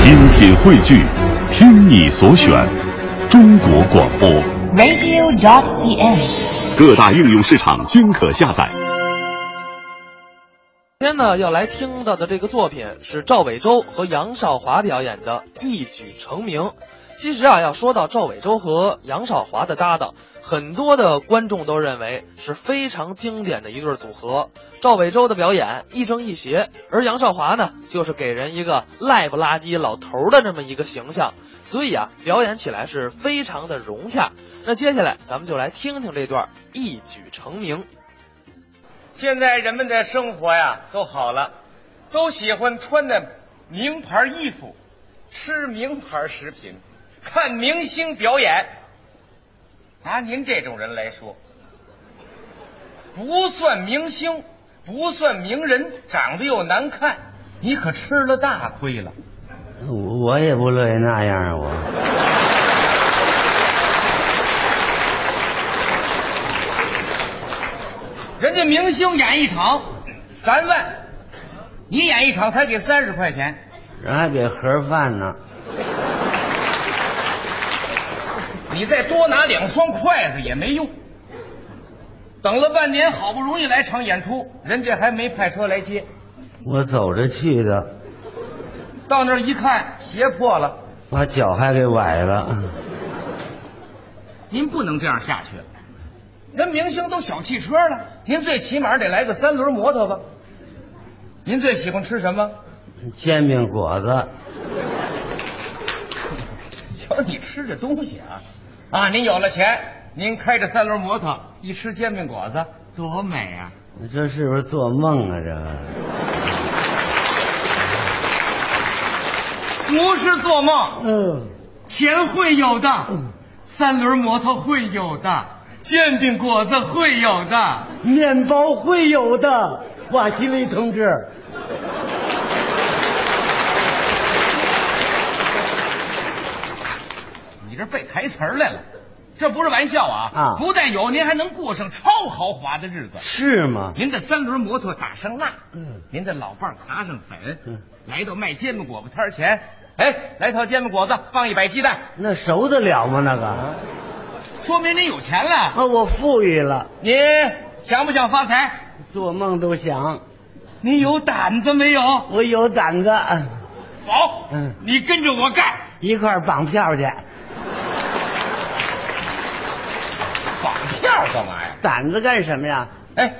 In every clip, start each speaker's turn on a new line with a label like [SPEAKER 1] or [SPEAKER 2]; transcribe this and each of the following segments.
[SPEAKER 1] 精品汇聚，听你所选，中国广播。
[SPEAKER 2] radio.cn。
[SPEAKER 1] 各大应用市场均可下载。
[SPEAKER 3] 今天呢，要来听到的这个作品是赵伟洲和杨少华表演的《一举成名》。其实啊，要说到赵伟洲和杨少华的搭档，很多的观众都认为是非常经典的一对组合。赵伟洲的表演亦正亦邪，而杨少华呢，就是给人一个赖不拉几老头儿的这么一个形象，所以啊，表演起来是非常的融洽。那接下来咱们就来听听这段《一举成名》。
[SPEAKER 4] 现在人们的生活呀都好了，都喜欢穿的名牌衣服，吃名牌食品，看明星表演。拿您这种人来说，不算明星，不算名人，长得又难看，你可吃了大亏了。
[SPEAKER 5] 我我也不乐意那样啊，我
[SPEAKER 4] 人家明星演一场三万，你演一场才给三十块钱。
[SPEAKER 5] 人还给盒饭呢。
[SPEAKER 4] 你再多拿两双筷子也没用。等了半年，好不容易来场演出，人家还没派车来接。
[SPEAKER 5] 我走着去的，
[SPEAKER 4] 到那儿一看，鞋破了。
[SPEAKER 5] 把脚还给崴了。
[SPEAKER 4] 您不能这样下去，人明星都小汽车了，您最起码得来个三轮摩托吧。您最喜欢吃什么？
[SPEAKER 5] 煎饼果子，
[SPEAKER 4] 瞧你吃这东西啊！啊，您有了钱，您开着三轮摩托，一吃煎饼果子，多美啊！
[SPEAKER 5] 你这是不是做梦啊？这个
[SPEAKER 4] 不是做梦，
[SPEAKER 5] 嗯，
[SPEAKER 4] 钱会有的，三轮摩托会有的，煎饼果子会有的。
[SPEAKER 5] 面包会有的，瓦西里同志。
[SPEAKER 4] 你这背台词儿来了，这不是玩笑啊！
[SPEAKER 5] 啊
[SPEAKER 4] 不但有，您还能过上超豪华的日子。
[SPEAKER 5] 是吗？
[SPEAKER 4] 您的三轮摩托打上蜡，
[SPEAKER 5] 嗯
[SPEAKER 4] 您的老伴儿擦上粉，
[SPEAKER 5] 嗯
[SPEAKER 4] 来到卖煎饼果子摊儿前，哎，来套煎饼果子，放一百鸡蛋，
[SPEAKER 5] 那熟得了吗？那个
[SPEAKER 4] 说明您有钱了。
[SPEAKER 5] 啊，我富裕了，
[SPEAKER 4] 您想不想发财？
[SPEAKER 5] 做梦都想。
[SPEAKER 4] 你有胆子没有？
[SPEAKER 5] 我有胆子，
[SPEAKER 4] 好，
[SPEAKER 5] 嗯
[SPEAKER 4] 你跟着我干，
[SPEAKER 5] 一块儿绑票去，
[SPEAKER 4] 绑票干嘛呀？
[SPEAKER 5] 胆子干什么呀？
[SPEAKER 4] 哎，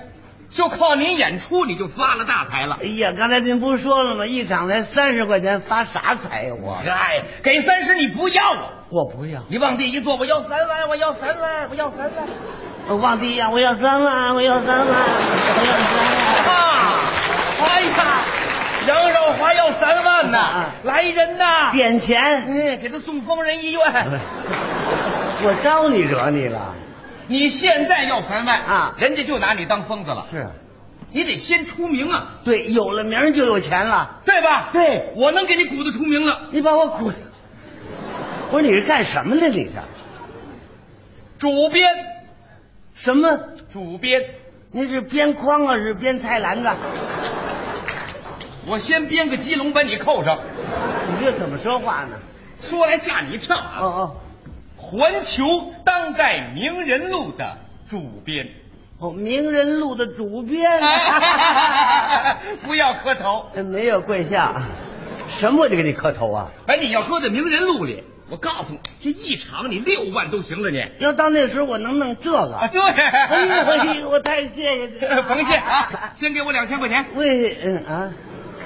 [SPEAKER 4] 就靠您演出，你就发了大财了
[SPEAKER 5] 哎。呀，刚才您不是说了吗？一场才三十块钱，发啥财呀？我
[SPEAKER 4] 哎，给三十你不要啊！
[SPEAKER 5] 我不要，
[SPEAKER 4] 你往地一坐，我要三万，我要三万，我要三万
[SPEAKER 5] 我往地呀，我要三万，我要啊三万，我要三万。
[SPEAKER 4] 啊！哎呀，杨少华要三万呐
[SPEAKER 5] 啊！啊
[SPEAKER 4] 来人呐！
[SPEAKER 5] 点钱，
[SPEAKER 4] 嗯，给他送疯人医院。
[SPEAKER 5] 我招你惹你了？
[SPEAKER 4] 你现在要三万
[SPEAKER 5] 啊
[SPEAKER 4] 人家就拿你当疯子了。
[SPEAKER 5] 是，啊
[SPEAKER 4] 你得先出名啊，
[SPEAKER 5] 对，有了名儿就有钱了。
[SPEAKER 4] 对吧？
[SPEAKER 5] 对
[SPEAKER 4] 我能给你鼓得出名了。
[SPEAKER 5] 你把我鼓，我说你是干什么的？你这
[SPEAKER 4] 主编，
[SPEAKER 5] 什么？
[SPEAKER 4] 主编，
[SPEAKER 5] 您是编筐啊，是编菜篮子？
[SPEAKER 4] 我先编个鸡笼把你扣上，
[SPEAKER 5] 你这怎么说话呢？
[SPEAKER 4] 说来吓你一跳啊。
[SPEAKER 5] 哦哦
[SPEAKER 4] 环球当代名人录的主编。
[SPEAKER 5] 哦，名人录的主 编。
[SPEAKER 4] 不要磕头，
[SPEAKER 5] 没有跪下，什么我就给你磕头啊！
[SPEAKER 4] 哎，你要搁在名人录里，我告诉你，这一场你六万都行了你。
[SPEAKER 5] 要到那时候我能弄这个，
[SPEAKER 4] 啊，
[SPEAKER 5] 哎
[SPEAKER 4] 对，
[SPEAKER 5] 呦哎呦，我太谢谢这，
[SPEAKER 4] 甭谢啊，先给我两千块钱，
[SPEAKER 5] 喂，嗯啊，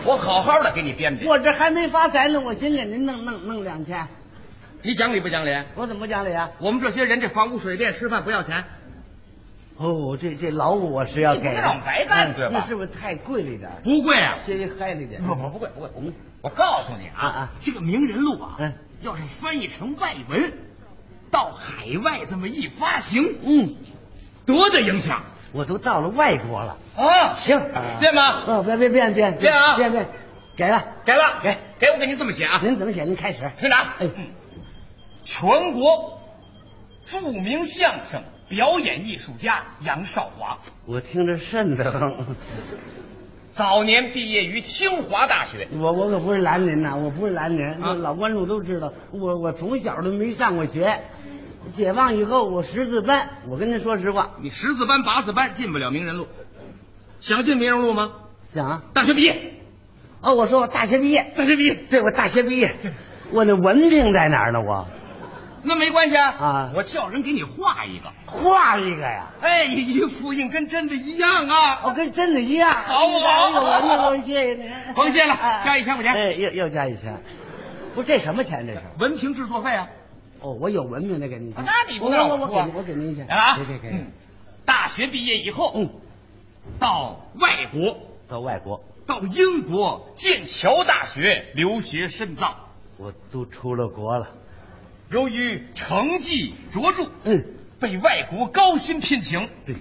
[SPEAKER 4] 我好好的给你编编。
[SPEAKER 5] 我这还没发财呢，我先给您弄弄弄两千，
[SPEAKER 4] 你讲理不讲理？
[SPEAKER 5] 我怎么不讲理啊？
[SPEAKER 4] 我们这些人这房屋水电吃饭不要钱，
[SPEAKER 5] 哦，这这劳务我是要给的，
[SPEAKER 4] 你不能让我白干嗯对吧
[SPEAKER 5] 哎那是不是太贵了一点？
[SPEAKER 4] 不贵啊。
[SPEAKER 5] 稍微嗨了一点。
[SPEAKER 4] 不不不贵不贵不贵，我告诉你啊，
[SPEAKER 5] 啊啊
[SPEAKER 4] 这个名人录啊，
[SPEAKER 5] 嗯
[SPEAKER 4] 要是翻译成外文，到海外这么一发行，
[SPEAKER 5] 嗯，
[SPEAKER 4] 多大影响
[SPEAKER 5] 我都到了外国了，
[SPEAKER 4] 啊！
[SPEAKER 5] 行，
[SPEAKER 4] 变吗？
[SPEAKER 5] 哦，别别变变
[SPEAKER 4] 变啊
[SPEAKER 5] 变变，给了，
[SPEAKER 4] 给了，
[SPEAKER 5] 给
[SPEAKER 4] 给我给您这么写啊，
[SPEAKER 5] 您怎么写？您开始。
[SPEAKER 4] 听着啊，
[SPEAKER 5] 哎
[SPEAKER 4] 嗯全国著名相声表演艺术家杨少华，
[SPEAKER 5] 我听着瘆得慌。
[SPEAKER 4] 早年毕业于清华大学。
[SPEAKER 5] 我我可不是兰人呐、我不是兰人，
[SPEAKER 4] 啊
[SPEAKER 5] 老观众都知道，我我从小都没上过学，解放以后我识字班，我跟您说实话，
[SPEAKER 4] 你十字班、八字班进不了名人录，想进名人录吗？
[SPEAKER 5] 想啊，
[SPEAKER 4] 大学毕业，
[SPEAKER 5] 哦，我说我大学毕业，
[SPEAKER 4] 大学毕业，
[SPEAKER 5] 对我大学毕业，我那文凭在哪儿呢？我
[SPEAKER 4] 那没关系啊。
[SPEAKER 5] 啊
[SPEAKER 4] 我叫人给你画一个，
[SPEAKER 5] 画一个呀，
[SPEAKER 4] 哎，一复印跟真的一样啊。
[SPEAKER 5] 哦，跟真的一样。
[SPEAKER 4] 好
[SPEAKER 5] 哎呀
[SPEAKER 4] 好
[SPEAKER 5] 哎呦我那
[SPEAKER 4] 好
[SPEAKER 5] 我谢谢您，
[SPEAKER 4] 甭谢了
[SPEAKER 5] 哎
[SPEAKER 4] 加一千块钱
[SPEAKER 5] 哎，又又加一千，不是这什么钱？这是
[SPEAKER 4] 文凭制作费啊，
[SPEAKER 5] 哦，我有文凭的给您钱。
[SPEAKER 4] 啊那你不
[SPEAKER 5] 我
[SPEAKER 4] 能让
[SPEAKER 5] 我
[SPEAKER 4] 我
[SPEAKER 5] 我
[SPEAKER 4] 说啊
[SPEAKER 5] 给我给您一千
[SPEAKER 4] 啊，
[SPEAKER 5] 给给给
[SPEAKER 4] 嗯，大学毕业以后，
[SPEAKER 5] 嗯，
[SPEAKER 4] 到外国，
[SPEAKER 5] 到外国
[SPEAKER 4] 到英国剑桥大学留学深造。
[SPEAKER 5] 我都出了国了，
[SPEAKER 4] 由于成绩卓著，
[SPEAKER 5] 嗯，
[SPEAKER 4] 被外国高薪聘请，
[SPEAKER 5] 对，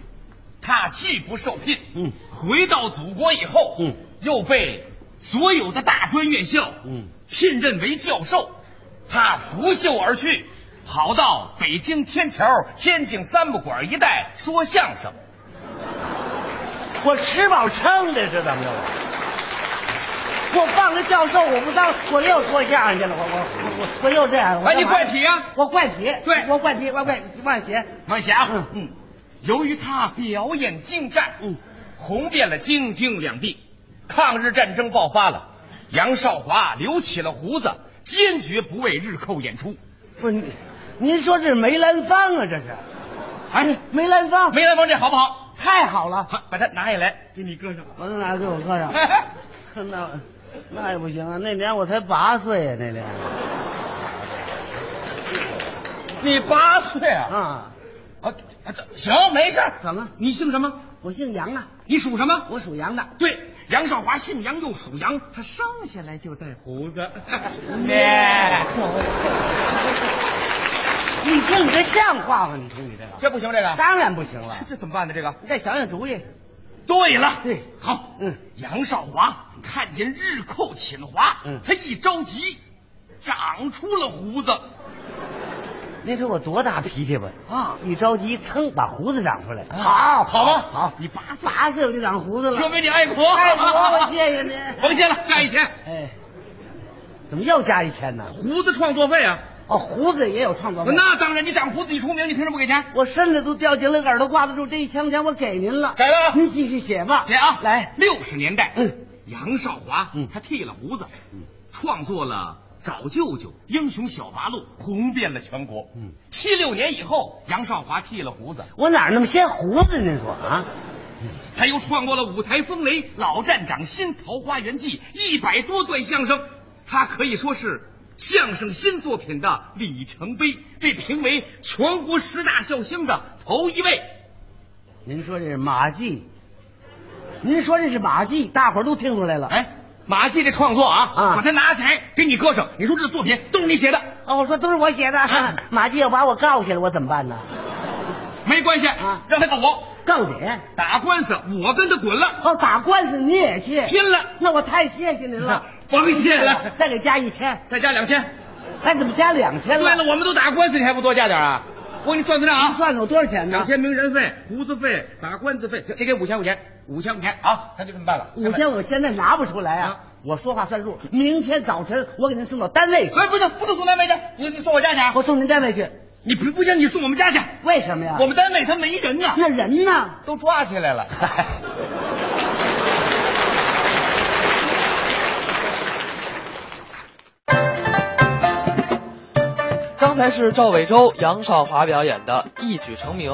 [SPEAKER 4] 他拒不受聘。
[SPEAKER 5] 嗯，
[SPEAKER 4] 回到祖国以后，
[SPEAKER 5] 嗯，
[SPEAKER 4] 又被所有的大专院校，
[SPEAKER 5] 嗯，
[SPEAKER 4] 聘任为教授。他拂袖而去，跑到北京天桥、天津三不管一带说相声。
[SPEAKER 5] 我吃饱撑的是怎么着？我放了教授，我不当，我又说相声去了，我我我我又这样了。我
[SPEAKER 4] 哎，你
[SPEAKER 5] 干嘛
[SPEAKER 4] 怪痞啊！
[SPEAKER 5] 我怪皮，
[SPEAKER 4] 对
[SPEAKER 5] 我怪皮，我怪怪邪。
[SPEAKER 4] 王霞
[SPEAKER 5] 嗯，
[SPEAKER 4] 嗯，由于他表演精湛，
[SPEAKER 5] 嗯，
[SPEAKER 4] 红遍了京津两地。抗日战争爆发了，杨少华留起了胡子，坚决不为日寇演出。
[SPEAKER 5] 不是，你您说这是梅兰芳啊？这是
[SPEAKER 4] 哎，
[SPEAKER 5] 梅兰芳，
[SPEAKER 4] 梅兰芳这好不好？
[SPEAKER 5] 太好了，
[SPEAKER 4] 好，把它拿下来，给你搁上。
[SPEAKER 5] 我拿给我喝 上。
[SPEAKER 4] 哎
[SPEAKER 5] 那那也不行啊，那年我才八岁呀、那年
[SPEAKER 4] 你八岁啊？
[SPEAKER 5] 啊，
[SPEAKER 4] 啊，啊行，没事儿。
[SPEAKER 5] 怎么
[SPEAKER 4] 你姓什么？
[SPEAKER 5] 我姓杨啊，
[SPEAKER 4] 你属什么？
[SPEAKER 5] 我属羊的。
[SPEAKER 4] 对，杨少华姓杨又属羊，他生下来就带胡子。
[SPEAKER 5] 你听你这像话吗？你听你这个，
[SPEAKER 4] 这不行，这个
[SPEAKER 5] 当然不行了，
[SPEAKER 4] 这怎么办呢？这个。
[SPEAKER 5] 你再想想主意。
[SPEAKER 4] 对了，
[SPEAKER 5] 对
[SPEAKER 4] 好，
[SPEAKER 5] 嗯，
[SPEAKER 4] 杨少华看见日寇侵华，
[SPEAKER 5] 嗯
[SPEAKER 4] 他一着急，长出了胡子
[SPEAKER 5] 您说我多大脾气吧？
[SPEAKER 4] 啊
[SPEAKER 5] 一着急，噌把胡子长出来。
[SPEAKER 4] 好
[SPEAKER 5] 好吧，
[SPEAKER 4] 好
[SPEAKER 5] 你八岁八岁我就长胡子了。
[SPEAKER 4] 说明你爱国，
[SPEAKER 5] 爱国，我谢谢您。
[SPEAKER 4] 甭谢了，加一千，
[SPEAKER 5] 哎，怎么又加一千呢？
[SPEAKER 4] 胡子创作费啊，
[SPEAKER 5] 哦，胡子也有创造力。
[SPEAKER 4] 那当然，你长胡子你出名，你凭什么不给钱？
[SPEAKER 5] 我身子都掉进了，耳朵挂得住，这一千块钱我给您了。
[SPEAKER 4] 给了
[SPEAKER 5] 您继续写吧。
[SPEAKER 4] 哎写啊，
[SPEAKER 5] 嗯来，
[SPEAKER 4] 六十年代，
[SPEAKER 5] 嗯，
[SPEAKER 4] 杨少华，
[SPEAKER 5] 嗯
[SPEAKER 4] 他剃了胡子，创作了。找舅舅，英雄小八路红遍了全国。
[SPEAKER 5] 嗯，
[SPEAKER 4] 七六年以后，杨少华剃了胡子，
[SPEAKER 5] 我哪儿那么些胡子？您说啊？
[SPEAKER 4] 他又创作了《五台风雷》《老站长新桃花源记》一百多段相声，他可以说是相声新作品的里程碑，被评为全国十大笑星的头一位。
[SPEAKER 5] 您说这是马季，您说这是马季，大伙儿都听出来了。，
[SPEAKER 4] 哎，马季这创作啊，
[SPEAKER 5] 啊
[SPEAKER 4] 把它拿起来给你搁上，你说这作品都是你写的，
[SPEAKER 5] 哦，我说都是我写的。
[SPEAKER 4] 啊
[SPEAKER 5] 马季要把我告下来，我怎么办呢？
[SPEAKER 4] 没关系，
[SPEAKER 5] 啊
[SPEAKER 4] 让他告我
[SPEAKER 5] 告你。
[SPEAKER 4] 打官司，我跟他滚了，
[SPEAKER 5] 哦，打官司你也去？
[SPEAKER 4] 拼了，
[SPEAKER 5] 那我太谢谢您了。
[SPEAKER 4] 甭 谢 了，
[SPEAKER 5] 再给加一千，
[SPEAKER 4] 再加两千。
[SPEAKER 5] 还怎么加两千
[SPEAKER 4] 对
[SPEAKER 5] 了？
[SPEAKER 4] 了，我们都打官司，你还不多加点啊？我给你算算账啊
[SPEAKER 5] 您。算了我多少钱呢？
[SPEAKER 4] 两，千名人费、胡子费、打官司费，得给五千块钱，五千块钱啊，咱就这么办了。
[SPEAKER 5] 五千我现在拿不出来
[SPEAKER 4] 啊
[SPEAKER 5] 啊！我说话算数，明天早晨我给您送到单位去，
[SPEAKER 4] 哎，不能不能送单位去，你你送我家去啊！
[SPEAKER 5] 我啊送您单位去。
[SPEAKER 4] 你不不行，你送我们家去，
[SPEAKER 5] 为什么呀？
[SPEAKER 4] 我们单位他没人呢，
[SPEAKER 5] 那人呢？
[SPEAKER 4] 都抓起 来了。
[SPEAKER 3] 刚才是赵伟洲、杨少华表演的《一举成名》。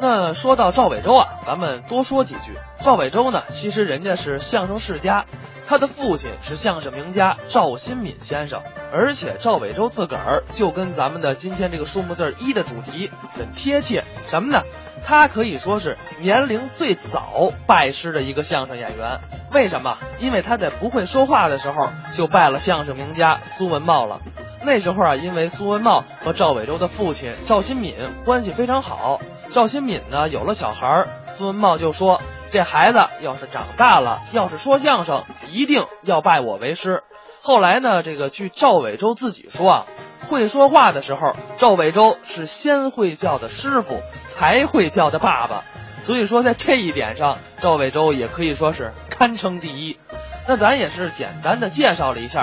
[SPEAKER 3] 那说到赵伟洲啊，咱们多说几句。赵伟洲呢，其实人家是相声世家，他的父亲是相声名家赵新敏先生，而且赵伟洲自个儿就跟咱们的今天这个数目字儿一的主题很贴切。什么呢？他可以说是年龄最早拜师的一个相声演员。为什么？因为他在不会说话的时候就拜了相声名家苏文茂了。那时候啊，因为苏文茂和赵伟洲的父亲赵新敏关系非常好，赵新敏呢有了小孩儿，苏文茂就说这孩子要是长大了，要是说相声，一定要拜我为师。后来呢，这个据赵伟洲自己说啊，会说话的时候，赵伟洲是先会叫的师傅，才会叫的爸爸。所以说，在这一点上，赵伟洲也可以说是堪称第一。那咱也是简单的介绍了一下